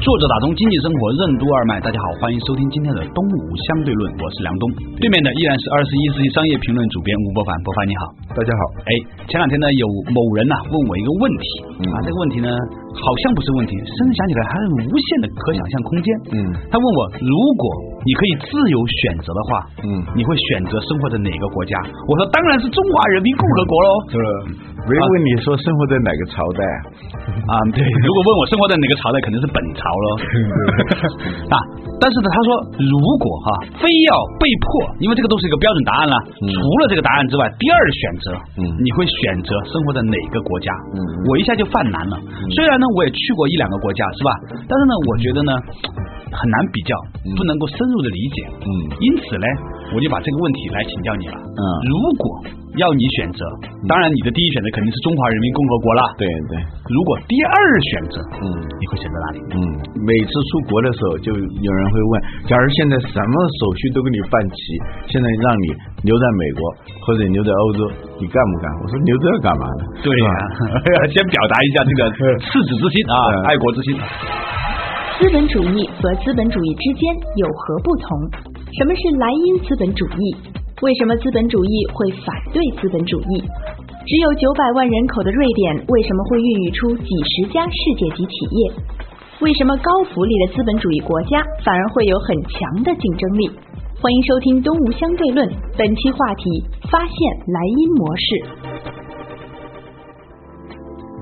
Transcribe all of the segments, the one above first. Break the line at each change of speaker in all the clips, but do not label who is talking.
作者打通经济生活任督二脉，大家好，欢迎收听今天的《东吴相对论》，我是梁东。对面的依然是二十一世纪商业评论主编吴伯凡，伯凡你好。
大家好，
哎，前两天呢，有某人呐、问我一个问题、
嗯
啊，这个问题呢好像不是问题，深想起来还有无限的可想象空间。
嗯
他问我，如果你可以自由选择的话，
嗯
你会选择生活在哪个国家？我说当然是中华人民共和国喽。
呃，没问你说生活在哪个朝代啊？
啊，对，如果问我生活在哪个朝代，肯定是本朝 喽。啊，但是呢，他说如果哈、非要被迫，因为这个都是一个标准答案了，除了这个答案之外，第二选择，
嗯
你会选择生活在哪个国家？嗯，我一下就犯难了。
嗯
虽然呢，我也去过一两个国家，是吧？但是呢，我觉得呢。很难比较，不能够深入的理解。
嗯
因此呢，我就把这个问题来请教你了。
嗯
如果要你选择，当然你的第一选择肯定是中华人民共和国了。
对对，
如果第二选择，
嗯
你会选择哪里？
嗯，每次出国的时候，就有人会问，假如现在什么手续都给你办齐，现在让你留在美国或者留在欧洲，你干不干？我说留这干嘛呢？
对呀、 先表达一下这个 赤子之心啊
嗯，
爱国之心。
资本主义和资本主义之间有何不同？什么是莱茵资本主义？为什么资本主义会反对资本主义？只有九百万人口的瑞典为什么会孕育出几十家世界级企业？为什么高福利的资本主义国家反而会有很强的竞争力？欢迎收听《东吴相对论》，本期话题：发现莱茵模式。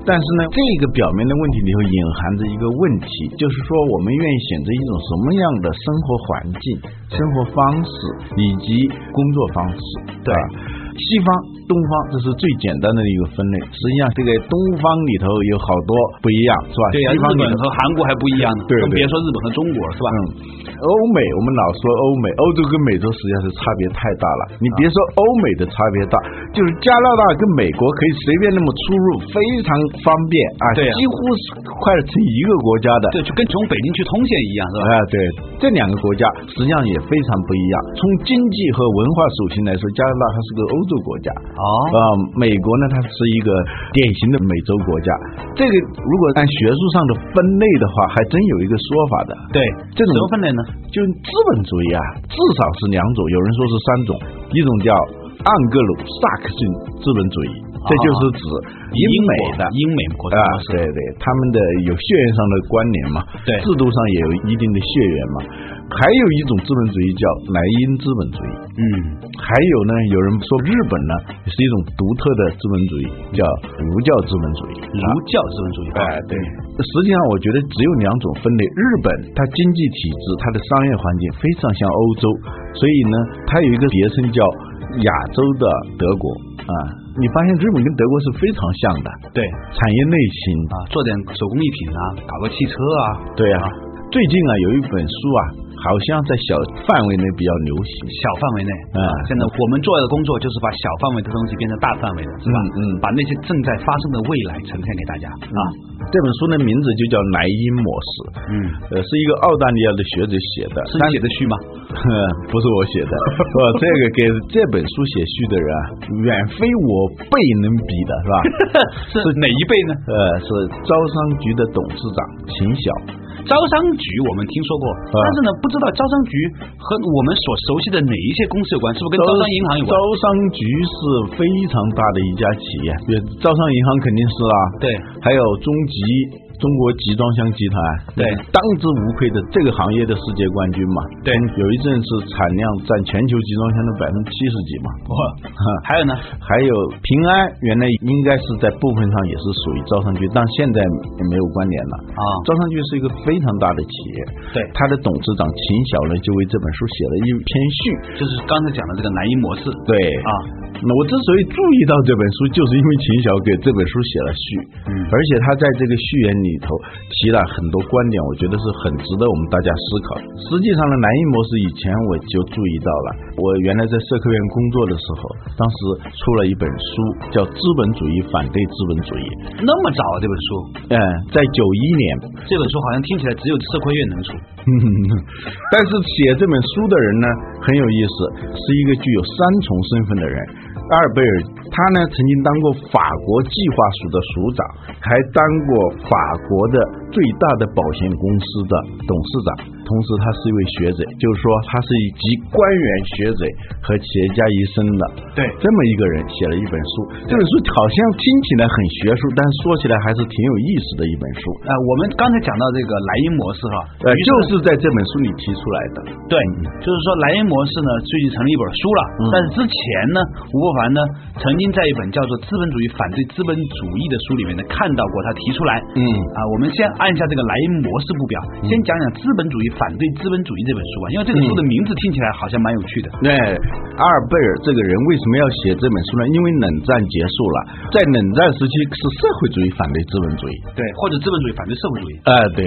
但是呢，这个表面的问题里头隐含着一个问题，就是说我们愿意选择一种什么样的生活环境、生活方式以及工作方式。
对
啊西方、东方，这是最简单的一个分类。实际上，这个东方里头有好多不一样，是吧？
对呀、日
西方里
本和
头
韩国还不一样呢，
对
更
对
别说日本和中国了是吧？
嗯，欧美我们老说欧美，欧洲跟美洲实际上是差别太大了。你别说欧美的差别大，就是加拿大跟美国可以随便那么出入，非常方便啊，
对啊
几乎是快成一个国家的。
对，就跟从北京去通县一样是吧？
啊，对，这两个国家实际上也非常不一样。从经济和文化属性来说，加拿大它是个欧洲国家，
哦
啊、美国呢，它是一个典型的美洲国家。这个如果按学术上的分类的话，还真有一个说法的。
对，
这种
什么分类呢？
就是资本主义啊，至少是两种，有人说是三种，一种叫盎格鲁撒克逊资本主义，这就是指
哦
英
英
美
国
的。
英美国家
啊
模，式
对对，他们的有血缘上的关联嘛，
对
制度上也有一定的血缘嘛，还有一种资本主义叫莱茵资本主义，
嗯，
还有呢，有人说日本呢是一种独特的资本主义，叫儒教资本主义，
儒教资本主义。
哎，对，实际上我觉得只有两种分类。日本它经济体制、它的商业环境非常像欧洲，所以呢，它有一个别称叫亚洲的德国啊。你发现日本跟德国是非常像的，
对
产业类型
啊，做点手工艺品啊，搞个汽车啊。
对啊。最近啊，有一本书啊，好像在小范围内比较流行。
小范围内
啊
现在我们做的工作就是把小范围的东西变成大范围的，是吧？
嗯嗯
把那些正在发生的未来呈现给大家啊。
这本书的名字就叫《莱茵模式》，
嗯，
呃，是一个澳大利亚的学者写的，
是你写的序吗？
不是我写的，我这个给这本书写序的人啊，远非我辈能比的， 是吧？
是哪一辈呢？
呃，是招商局的董事长秦晓，
招商局我们听说过，
啊
但是呢，不知道招商局和我们所熟悉的哪一些公司有关，是不是跟招商银行有关
招？商局是非常大的一家企业，也招商银行肯定是啊，
对，
还有中集。中国集装箱集团
对
当之无愧的这个行业的世界冠军嘛，
对
有一阵是产量占全球集装箱的百分之七十几嘛，
哇还有呢？啊
还有平安，原来应该是在部分上也是属于招商局，但现在也没有关联了。
啊
招商局是一个非常大的企业，
对
它的董事长秦晓呢就为这本书写了一篇序，
就是刚才讲的这个莱茵模式。
对
啊，
那我之所以注意到这本书，就是因为秦晓给这本书写了序，
嗯
而且他在这个序言里头提了很多观点，我觉得是很值得我们大家思考。实际上呢，南一模式以前我就注意到了，我原来在社科院工作的时候，当时出了一本书叫《资本主义反对资本主义》，
那么早这本书，
嗯，在九一年，
这本书好像听起来只有社科院能出。
但是写这本书的人呢，很有意思，是一个具有三重身份的人。阿尔贝尔，他呢曾经当过法国计划署的署长，还当过法国的最大的保险公司的董事长。同时，他是一位学者，就是说他是一集官员、学者和企业家一身的。
对
这么一个人写了一本书，这本书好像听起来很学术，但说起来还是挺有意思的一本书。
呃，我们刚才讲到这个莱茵模式哈，
呃，
于
就。是在这本书里提出来的。
对，就是说莱茵模式呢，最近成了一本书了。
嗯
但是之前呢，吴伯凡呢曾经在一本叫做《资本主义反对资本主义》的书里面呢看到过他提出来。
嗯
啊，我们先按一下这个莱茵模式目标，先讲讲《资本主义反对资本主义》这本书吧，因为这个书的名字听起来好像蛮有趣的。
那阿尔贝尔这个人为什么要写这本书呢？因为冷战结束了，在冷战时期是社会主义反对资本主义。
对，或者资本主义反对社会主义。
啊、对。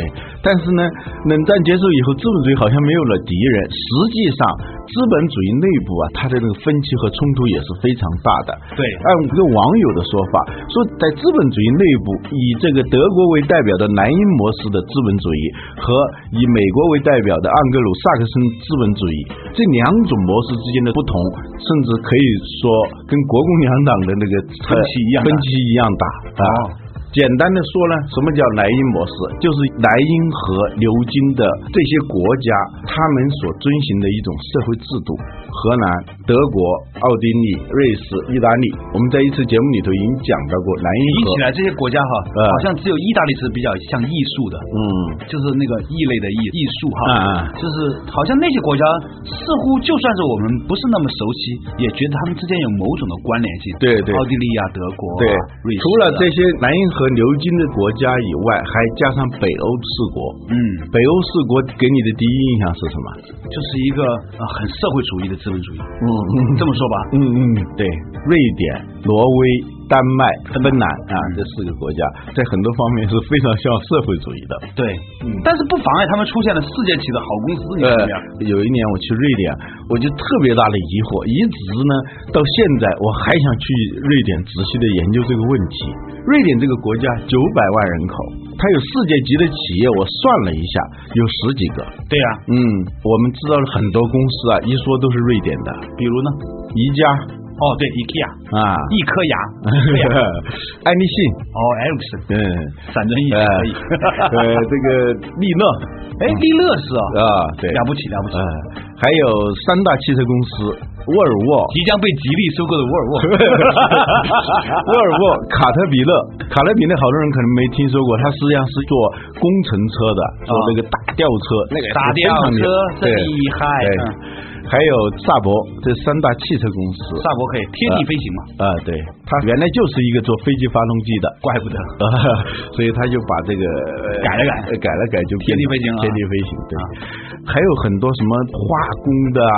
但是呢，冷战结束以后，资本主义好像没有了敌人。实际上，资本主义内部啊，它的那个分歧和冲突也是非常大的。
对
按一个网友的说法，说在资本主义内部，以这个德国为代表的莱茵模式的资本主义和以美国为代表的盎格鲁撒克森资本主义这两种模式之间的不同，甚至可以说跟国共两党的那个
分歧一样大
分歧一样大啊。
哦
简单的说呢，什么叫莱茵模式？就是莱茵和牛津的这些国家，他们所遵循的一种社会制度。荷兰、德国、奥地利、瑞士、意大利，我们在一次节目里头已经讲到过莱茵
比
河
起。来，这些国家哈，
嗯
好像只有意大利是比较像艺术的，
嗯，
就是那个异类的艺艺术哈，
嗯嗯
就是好像那些国家似乎就算是我们不是那么熟悉，也觉得他们之间有某种的关联性。
对对
奥地利啊，德国啊、
嗯对。
瑞士、啊，
除了这，些莱茵河流经的国家以外，还加上北欧四国。
嗯，
北欧四国给你的第一印象是什么？
就是一个、呃很社会主义的资本主义，
嗯嗯
这么说吧。
嗯嗯，对，瑞典、挪威、丹麦、芬兰啊，这四个国家在很多方面是非常像社会主义的。
对，
嗯
但是不妨碍他们出现了世界级的好公司，你
呃
看怎么样？，
有一年我去瑞典，我就特别大的疑惑，一直呢到现在我还想去瑞典仔细的研究这个问题。瑞典这个国家九百万人口，它有世界级的企业，我算了一下，有十几个。
对呀、
嗯，我们知道了很多公司啊，一说都是瑞典的，
比如呢？
宜家
哦，对，IKEA，
啊，
一颗牙，
爱立信，
哦，Ericsson，
嗯，
反正一直
呃
可以。
呃，这个利乐
哎，利乐是啊，
啊，对，
了不起了不起
呃，，还有三大汽车公司沃尔沃、
即将被吉利收购的沃尔沃。
沃尔沃、卡特彼勒、卡特彼勒，好多人可能没听说过，它实际上是做工程车的，做那个大吊车，啊那个
打吊车
对
真厉害
对
嗯，
还有萨博这三大汽车公司。
萨博可以贴地飞行嘛？
啊，对，它原来就是一个做飞机发动机的，
怪 不得。
啊，所以他就把这个呃
改了改
呃改了改，就
天地飞行啊
天地飞行对。还有很多什么化工的啊、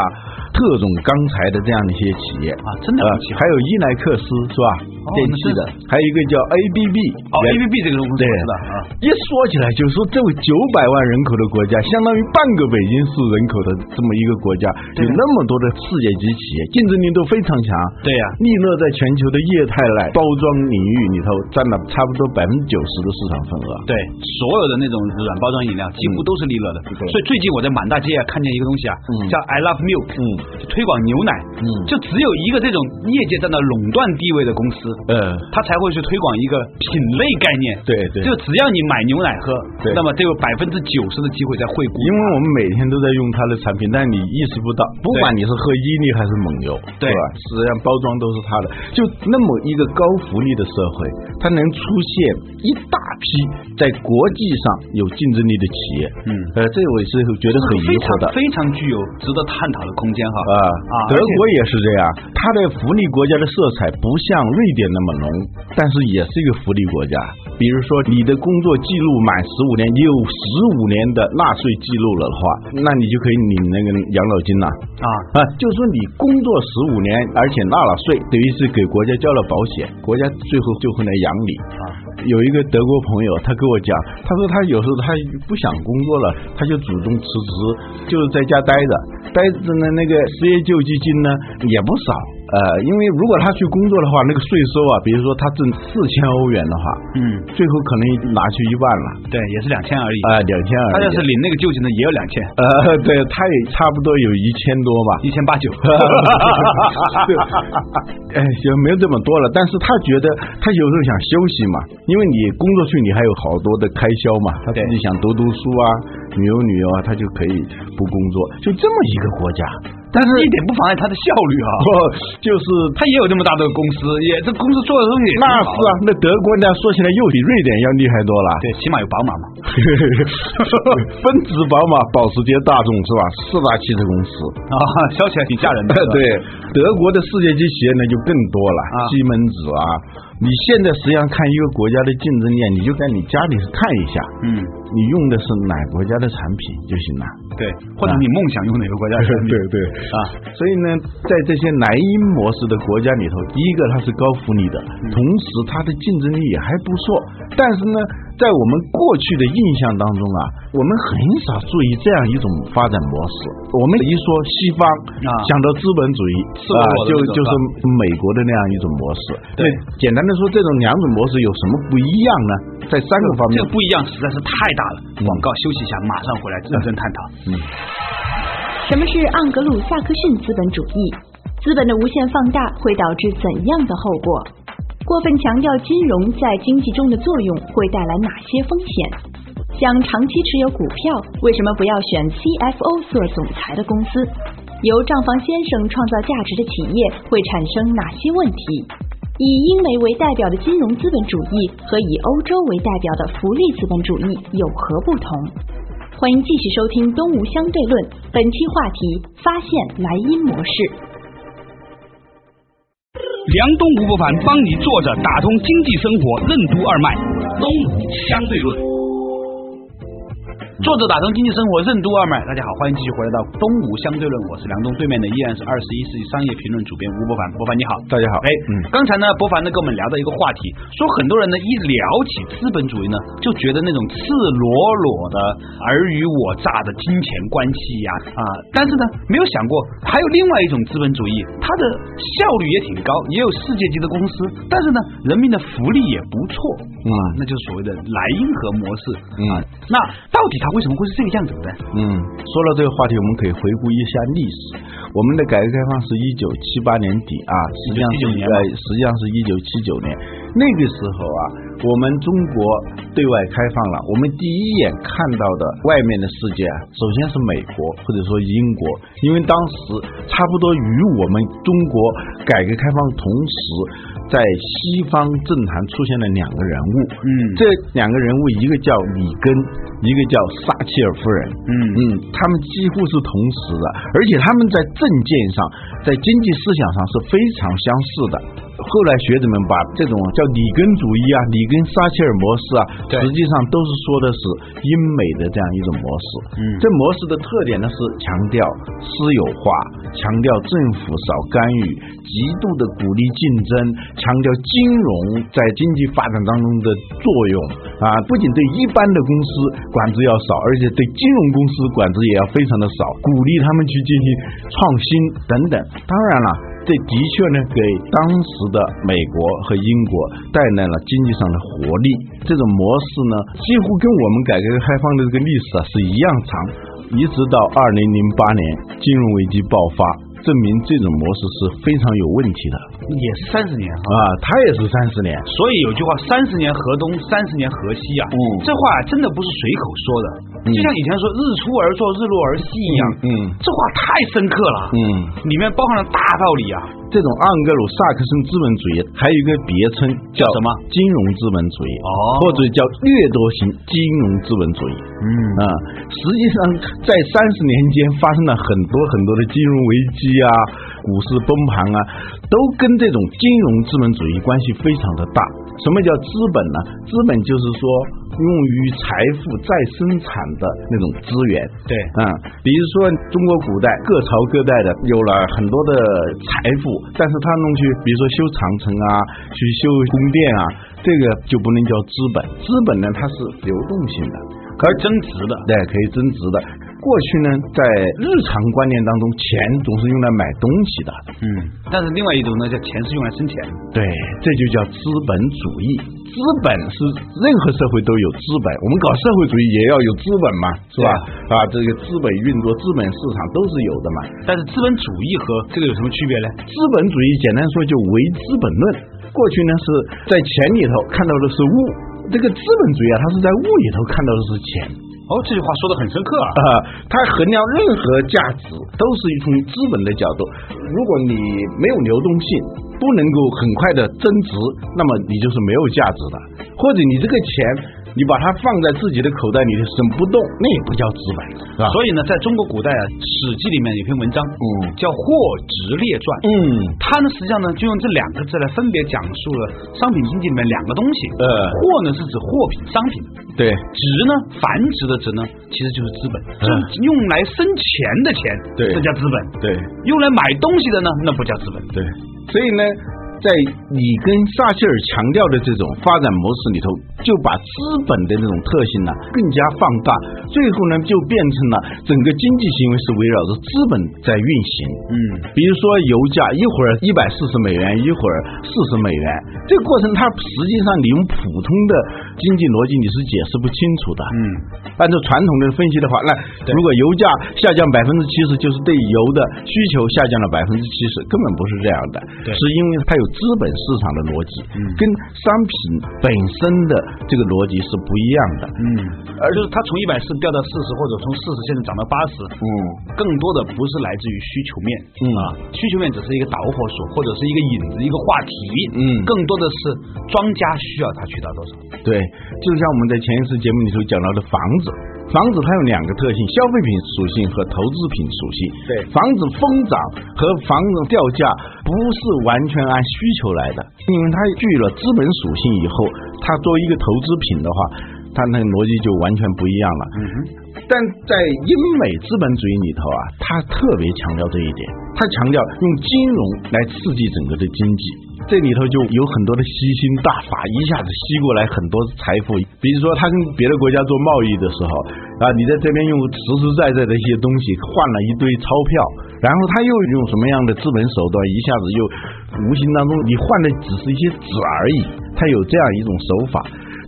特种钢材的这样的一些企业
啊真的不
呃
行
还有伊莱克斯是吧？电器的
哦那，
还有一个叫 ABB，
哦
原
，ABB 这个公司
对
是的啊，
一说起来，就是说这位九百万人口的国家，相当于半个北京市人口的这么一个国家，有那么多的世界级企业，竞争力都非常强。
对呀
利乐在全球的业态来包装领域里头占了差不多百分之九十的市场份额。
对，所有的那种软包装饮料几乎都是利乐的。
嗯对
所以最近我在满大街啊看见一个东西啊，
嗯
叫 I Love Milk，
嗯
就推广牛奶，
嗯
就只有一个这种业界占到垄断地位的公司，
呃，
它才会去推广一个品类概念。
对对
就只要你买牛奶喝
对，
那么都有百分之九十的机会在惠顾。
因为我们每天都在用它的产品，但你意识不到，不管你是喝伊利还是蒙牛，
对
是吧？实际上包装都是它的，就那么么一个高福利的社会，它能出现一大批在国际上有竞争力的企业，
嗯
呃，这我是觉得很
非
疑
常
惑的。
非常具有值得探讨的空间哈
啊
啊！
德国
而且
也是这样，它的福利国家的色彩不像瑞典那么浓，但是也是一个福利国家。比如说你的工作记录满十五年，你有十五年的纳税记录了的话，那你就可以领那个养老金了。
啊，
啊，就是说你工作十五年，而且纳了税，等于是给国家交了保险，国家最后就会来养你啊。有一个德国朋友，他跟我讲，他说他有时候他不想工作了，他就主动辞职，就是在家待着，待着呢那个失业救济金呢也不少。呃，因为如果他去工作的话，那个税收啊，比如说他挣四千欧元的话，
嗯，
最后可能拿去一万了，
对，也是两千而已。
啊、两千二。
他要是领那个救济呢，也有两千，
呃，对，他也差不多有一千多吧，
一千八九。
对 哎，行，没有这么多了。但是他觉得他有时候想休息嘛，因为你工作去，你还有好多的开销嘛。他自己想读读书啊，旅游旅游啊，他就可以不工作。就这么一个国家，但是
一点不妨碍他的效率啊！
哦， 就是
他也有这么大的公司，也这公司做的东西也
那
挺好
是啊，那德国呢，说起来又比瑞典要厉害多了。
对，起码有宝马嘛。
奔驰、宝马、保时捷、大众是吧？四大汽车公司。
啊， 消起来挺吓人的。是吧
对，德国的世界级企业呢就更多了，
啊
西门子啊。你现在实际上看一个国家的竞争力，你就在你家里看一下，
嗯，
你用的是哪国家的产品就行了。
对，或者你梦想用哪个国家？
对
啊，
所以呢，在这些莱茵模式的国家里头，第一个它是高福利的，同时它的竞争力也还不错。但是呢，在我们过去的印象当中啊，我们很少注意这样一种发展模式。我们一说西方，
啊
想到资本主义
赤裸裸的，
啊就
那种
就是
吧
美国的那样一种模式。
对
那简单的说，这种两种模式有什么不一样呢？在三个方
这
面
个，不一样实在是太大了。
嗯
广告休息一下，马上回来认真探讨。
什么是盎格鲁撒克逊资本主义？资本的无限放大会导致怎样的后果？过分强调金融在经济中的作用会带来哪些风险？想长期持有股票，为什么不要选 CFO 做总裁的公司？由账房先生创造价值的企业会产生哪些问题？以英美为代表的金融资本主义和以欧洲为代表的福利资本主义有何不同？欢迎继续收听《东吴相对论》，本期话题：发现莱茵模式。
梁东吴不凡帮你坐着打通经济生活任督二脉，东吴相对论。作者打通经济生活任督二脉，大家好，欢迎继续回来到东吴相对论，我是梁东，对面的依然是二十一世纪商业评论主编吴伯凡，伯凡你好，
大家好，
哎，
嗯，
刚才呢，博凡呢跟我们聊到一个话题，说很多人呢一聊起资本主义呢，就觉得那种赤裸裸的尔虞我诈的金钱关系呀啊但是呢，没有想过还有另外一种资本主义，它的效率也挺高，也有世界级的公司，但是呢，人民的福利也不错，
嗯
啊，那就是所谓的莱茵河模式，
嗯
啊，那到底它为什么会是这个样子的呢？
嗯，说到这个话题，我们可以回顾一下历史。我们的改革开放是一九七八年底啊，实际上是
1979年
呃，实际上是一九七九年。那个时候啊，我们中国对外开放了，我们第一眼看到的外面的世界啊，首先是美国或者说英国，因为当时差不多与我们中国改革开放同时，在西方政坛出现了两个人物，
嗯
这两个人物一个叫里根，一个叫撒切尔夫人，
嗯
嗯，他们几乎是同时的，而且他们在政见上、在经济思想上是非常相似的。后来学者们把这种叫里根主义啊、里根撒切尔模式啊，
对
实际上都是说的是英美的这样一种模式。
嗯
这模式的特点呢是强调私有化，强调政府少干预，极度的鼓励竞争，强调金融在经济发展当中的作用啊，不仅对一般的公司管制要少，而且对金融公司管制也要非常的少，鼓励他们去进行创新等等。当然了。这的确呢，给当时的美国和英国带来了经济上的活力。这种模式呢，几乎跟我们改革开放的这个历史啊是一样长，一直到二零零八年金融危机爆发，证明这种模式是非常有问题的
也是三十年哈。
啊。它也是三十年，
所以有句话，三十年河东，三十年河西啊。
嗯
这话真的不是随口说的，就像以前说“日出而作，日落而息”一样，
嗯嗯
这话太深刻了，
嗯，
里面包含了大道理啊。
这种盎格鲁撒克逊资本主义还有一个别称叫
什么？
金融资本主义，
哦
或者叫掠夺型金融资本主义。
嗯
啊，实际上在三十年间发生了很多很多的金融危机啊、股市崩盘啊，都跟这种金融资本主义关系非常的大。什么叫资本呢？资本就是说用于财富再生产的那种资源。
对
嗯，比如说中国古代各朝各代的有了很多的财富，但是他弄去，比如说修长城啊，去修宫殿啊，这个就不能叫资本。资本呢，它是流动性的，可以增值的，对，可以增值的。过去呢，在日常观念当中，钱总是用来买东西的，
嗯，但是另外一种呢，叫钱是用来生钱。
对，这就叫资本主义。资本是任何社会都有资本，我们搞社会主义也要有资本嘛，是吧？啊，这个资本运作、资本市场都是有的嘛。
但是资本主义和这个有什么区别呢？
资本主义简单说就唯资本论。过去呢是在钱里头看到的是物，这个资本主义啊，它是在物里头看到的是钱
哦，这句话说的很深刻啊
啊、。它衡量任何价值都是从资本的角度。如果你没有流动性，不能够很快的增值，那么你就是没有价值的。或者你这个钱，你把它放在自己的口袋里省不动，那也不叫资本，是吧？
所以呢，在中国古代啊，《史记》里面有篇文章，嗯叫《货值列传》。
嗯，
它呢，实际上呢，就用这两个字来分别讲述了商品经济里面两个东西。
呃
货呢是指货品、商品；
对，
值呢，繁殖的值呢，其实就是资本，就是用来生钱的钱，
嗯对
这叫资本；
对。
用来买东西的呢，那不叫资本。
对，所以呢，在你跟撒切尔强调的这种发展模式里头，就把资本的那种特性呢更加放大，最后呢就变成了整个经济行为是围绕着资本在运行。
嗯，
比如说油价一会儿一百四十美元，一会儿四十美元，这个过程它实际上你用普通的经济逻辑你是解释不清楚的。
嗯，
按照传统的分析的话，那如果油价下降百分之七十，就是对油的需求下降了百分之七十，根本不是这样的，
对嗯
是因为它有资本市场的逻辑，跟商品本身的这个逻辑是不一样的。
嗯，而就是它从一百四掉到四十，或者从四十现在涨到八十，
嗯
更多的不是来自于需求面，
嗯
啊，需求面只是一个导火索，或者是一个引子，一个话题，
嗯
更多的是庄家需要它取到多少。
对，就像我们在前一次节目里头讲到的房子，房子它有两个特性：消费品属性和投资品属性。
对
房子疯涨和房子掉价不是完全按需求来的，因为它具有了资本属性以后，它作为一个投资品的话，它那个逻辑就完全不一样了。嗯但在英美资本主义里头啊，它特别强调这一点，它强调用金融来刺激整个的经济，这里头就有很多的吸星大法，一下子吸过来很多财富。比如说，他跟别的国家做贸易的时候啊，你在这边用实实在在的一些东西换了一堆钞票，然后他又用什么样的资本手段，一下子又无形当中你换的只是一些纸而已，他有这样一种手法。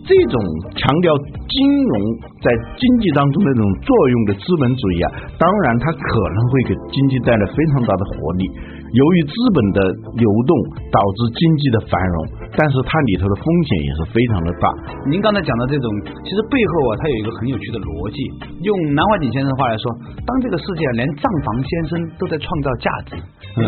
这种强调金融在经济当中的这种作用的资本主义啊，当然它可能会给经济带来非常大的活力。由于资本的流动导致经济的繁荣，但是它里头的风险也是非常的大。
您刚才讲的这种，其实背后啊，它有一个很有趣的逻辑。用南怀瑾先生的话来说，当这个世界连账房先生都在创造价值，
嗯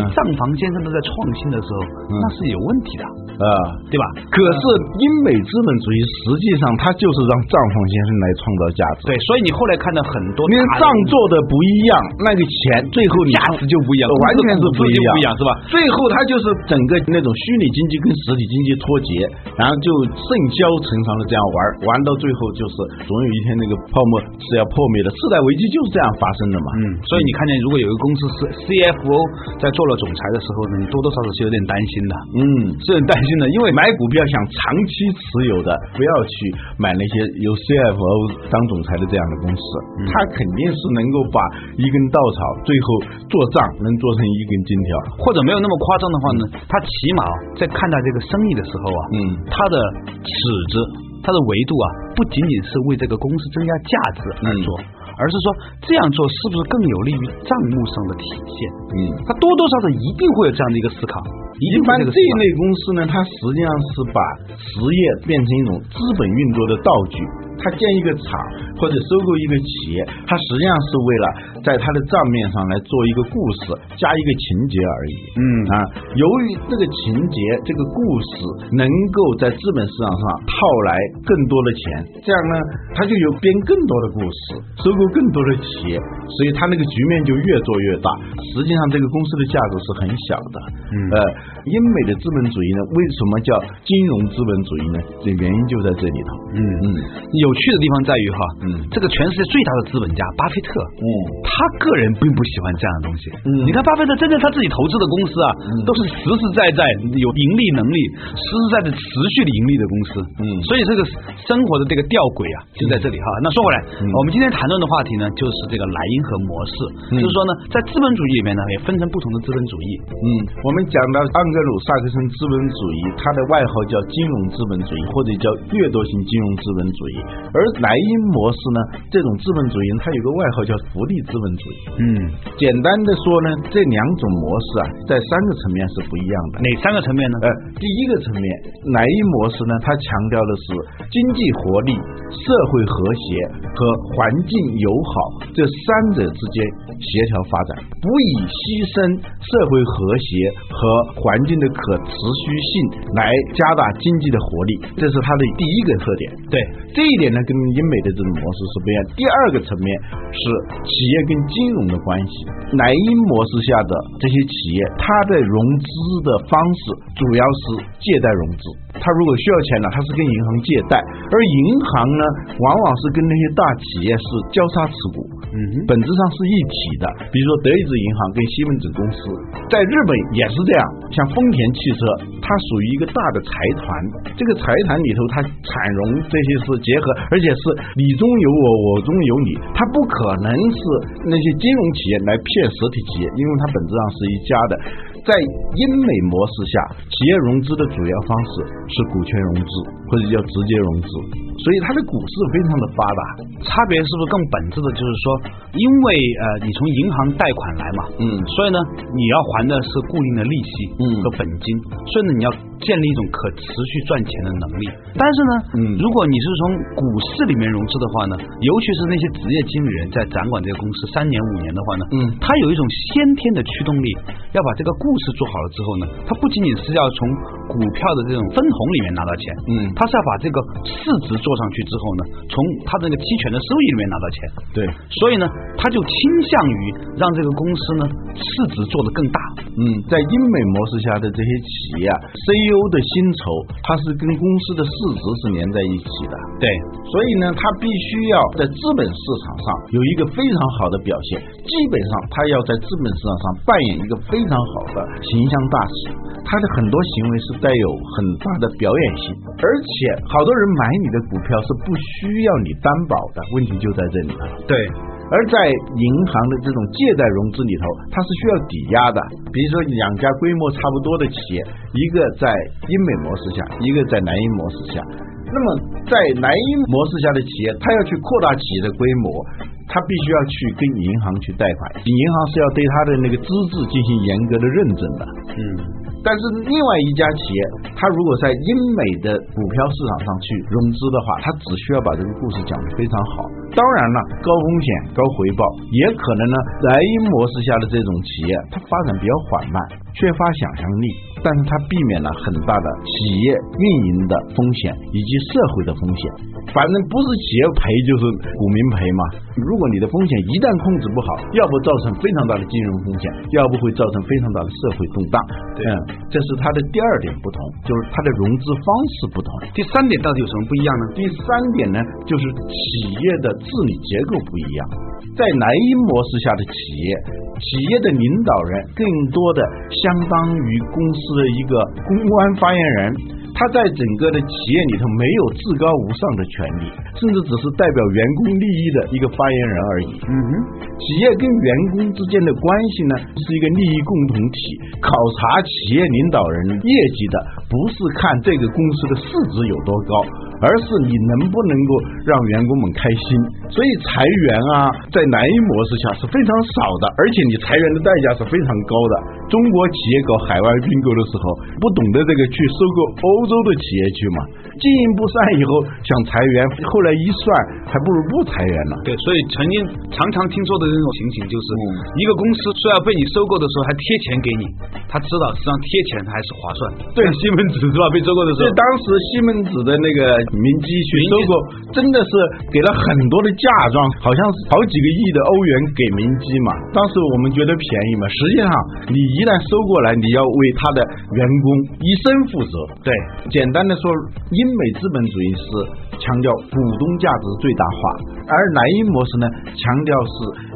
连账房先生都在创新的时候，那是有问题的，
啊、
对吧？
可是英美资本主义实际上它就是让账房先生来创造价值。
对，所以你后来看到很多
你
大
账做的不一样，那个钱最后你
价值就不一样，
完全是
不
不一样
不一样是吧？
最后它就是整个那种虚拟经济跟实体经济脱节，然后就盛嚣成常的这样玩儿，玩到最后就是总有一天那个泡沫是要破灭的。次贷危机就是这样发生的嘛。
嗯，所以你看见，如果有一个公司是 CFO 在做了总裁的时候呢，你多多少少是有点担心的，
嗯。
是很担心的，因为
买股票想长期持有的，不要去买那些有 CFO 当总裁的这样的公司，他肯定是能够把一根稻草最后做账能做成一根金条。
或者没有那么夸张的话呢，他起码啊在看待这个生意的时候啊，
嗯
他的尺子、他的维度啊，不仅仅是为这个公司增加价值而做，
嗯
而是说这样做是不是更有利于账目上的体现？
嗯。
他多多少少一定会有这样的一个思考，一
一
定
般
会有个
这
思
一
考
类公司呢，它实际上是把实业变成一种资本运作的道具。他建一个厂或者收购一个企业，他实际上是为了在他的账面上来做一个故事，加一个情节而已。
嗯
啊，由于这个情节、这个故事能够在资本市场上套来更多的钱，这样呢，他就有编更多的故事，收购更多的企业，所以他那个局面就越做越大。实际上，这个公司的价值是很小的。嗯，呃，英美的资本主义呢，为什么叫金融资本主义呢？这原因就在这里头。嗯嗯
有趣的地方在于哈，
嗯
这个全世界最大的资本家巴菲特，
嗯
他个人并不喜欢这样的东西。
嗯
你看巴菲特真正他自己投资的公司啊，都是实实在在有盈利能力、实实在在持续的盈利的公司。
嗯
所以这个生活的这个吊诡啊，就在这里哈。那说回来，
嗯
我们今天谈论的话题呢，就是这个莱茵河模式，
嗯
就是说呢，在资本主义里面呢，也分成不同的资本主义。
嗯，我们讲到盎格鲁撒克逊资本主义，它的外号叫金融资本主义，或者叫掠夺型金融资本主义。而莱茵模式呢，这种资本主义它有个外号叫福利资本主义。
嗯，
简单的说呢，这两种模式啊，在三个层面是不一样的。
哪三个层面呢？
呃，第一个层面，莱茵模式呢，它强调的是经济活力、社会和谐和环境友好这三者之间协调发展，不以牺牲社会和谐和环境的可持续性来加大经济的活力，这是它的第一个特点。
对，
这一点呢，跟英美的这种模式是不一样。第二个层面是企业跟金融的关系。莱茵模式下的这些企业，它的融资的方式主要是借贷融资。它如果需要钱呢，它是跟银行借贷，而银行呢，往往是跟那些大企业是交叉持股，嗯
哼
本质上是一体的。比如说德意志银行跟西门子公司，在日本也是这样。像丰田汽车，它属于一个大的财团，这个财团里头它产融这些是结合，而且是呃你中有我，我中有你，它不可能是那些金融企业来骗实体企业，因为它本质上是一家的。在英美模式下，企业融资的主要方式是股权融资，或者叫直接融资，所以它的股市非常的发达。
差别是不是更本质的就是说，因为呃你从银行贷款来嘛，
嗯
所以呢你要还的是固定的利息，
嗯
和本金，所以呢你要建立一种可持续赚钱的能力。但是呢，
嗯
如果你是从股市里面融资的话呢，尤其是那些职业经理人在掌管这个公司三年五年的话呢，
嗯
他有一种先天的驱动力，要把这个故事做好了之后呢，他不仅仅是要从股票的这种分红里面拿到钱，
嗯
他是要把这个市值做上去之后呢，从他的那个期权的收益里面拿到钱。
对，
所以呢，他就倾向于让这个公司呢市值做得更大。
嗯，在英美模式下的这些企业啊，CEO 的薪酬它是跟公司的市值是连在一起的，
对，
所以呢，它必须要在资本市场上有一个非常好的表现，基本上它要在资本市场上扮演一个非常好的形象大使，它的很多行为是带有很大的表演性，而且好多人买你的股票是不需要你担保的，问题就在这里了。
对，
而在银行的这种借贷融资里头，它是需要抵押的。比如说两家规模差不多的企业，一个在英美模式下，一个在南英模式下。那么在南英模式下的企业，它要去扩大企业的规模，它必须要去跟银行去贷款，银行是要对它的那个资质进行严格的认证的。
嗯，
但是另外一家企业，它如果在英美的股票市场上去融资的话，它只需要把这个故事讲得非常好。当然了，高风险高回报，也可能呢，莱茵模式下的这种企业，它发展比较缓慢，缺乏想象力，但是它避免了很大的企业运营的风险以及社会的风险。反正不是企业赔就是股民赔嘛。如果你的风险一旦控制不好，要不造成非常大的金融风险，要不会造成非常大的社会动荡。
对
嗯，这是它的第二点不同，就是它的融资方式不同。
第三点到底有什么不一样呢？
第三点呢，就是企业的治理结构不一样。在莱茵模式下的企业，企业的领导人更多的相当于公司的一个公关发言人，他在整个的企业里头没有至高无上的权利，甚至只是代表员工利益的一个发言人而已。
嗯哼，
企业跟员工之间的关系呢，是一个利益共同体。考察企业领导人业绩的，不是看这个公司的市值有多高，而是你能不能够让员工们开心。所以裁员啊，在南一模式下是非常少的，而且你你裁员的代价是非常高的。中国企业搞海外并购的时候，不懂得这个去收购欧洲的企业去嘛，进一步算以后想裁员，后来一算还不如不裁员呢。
对，所以曾经常常听说的这种情形，就是一个公司说要被你收购的时候，还贴钱给你，他知道实际上贴钱还是划算。对，西门子是吧？被收购的时候
所以，当时西门子的那个明基去收购，真的是给了很多的嫁妆，好像是好几个亿的欧元给明基嘛。当时我们觉得便宜嘛，实际上你一旦收过来，你要为他的员工一生负责。对，简单的说，英美资本主义是强调股东价值最大化，而莱茵模式呢，强调是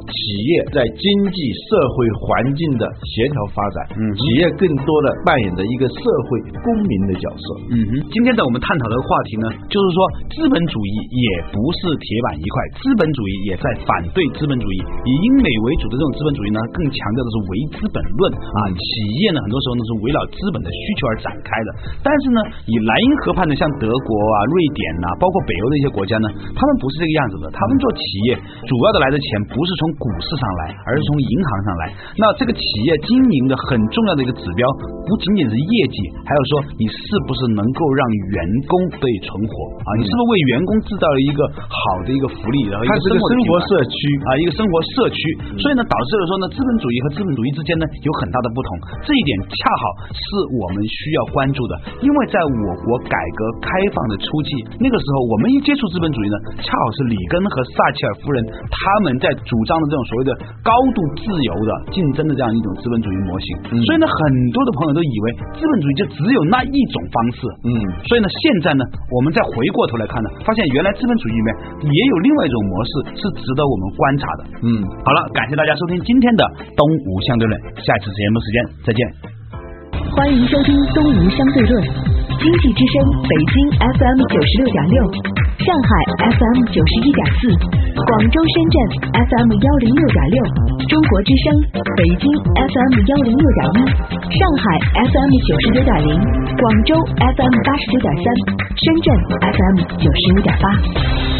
企业在经济社会环境的协调发展，嗯企业更多的扮演着一个社会公民的角色。
嗯哼，今天在我们探讨的话题呢，就是说资本主义也不是铁板一块，资本主义也在反对资本主义。以英美为主的这种资本主义呢，更强调的是唯资本论啊，企业呢很多时候呢是围绕资本的需求而展开的。但是呢，以莱茵河畔的像德国啊、瑞典呐、包括北欧的一些国家呢，他们不是这个样子的，他们做企业主要的来的钱不是从股市上来，而是从银行上来。那这个企业经营的很重要的一个指标，不仅仅是业绩，还有说你是不是能够让员工得以存活啊？你是不是为员工制造了一个好的一个福利，然后一
它
个
是个
生活
生
的
活
平
社
衡
区，
啊，一个生活社区，所以呢，导致了说呢，资本主义和资本主义之间呢有很大的不同，这一点恰好是我们需要关注的，因为在我国改革开放的初期，那个时候我们一接触资本主义呢，恰好是里根和撒切尔夫人他们在主张的这种所谓的高度自由的竞争的这样一种资本主义模型，所以呢，很多的朋友都以为资本主义就只有那一种方式，
嗯
所以呢，现在呢，我们再回过头来看呢，发现原来资本主义里面也有另外一种模式是值得我们观察的。
嗯，
好了，感谢大家收听今天的《东吴相对论》，下一次节目时间再见。
欢迎收听《东吴相对论》，经济之声北京 FM 九十六点六，上海 FM 九十一点四，广州、深圳 FM 幺零六点六，中国之声北京 FM 幺零六点一，上海 FM 九十九点零，广州 FM 八十九点三，深圳 FM 九十五点八。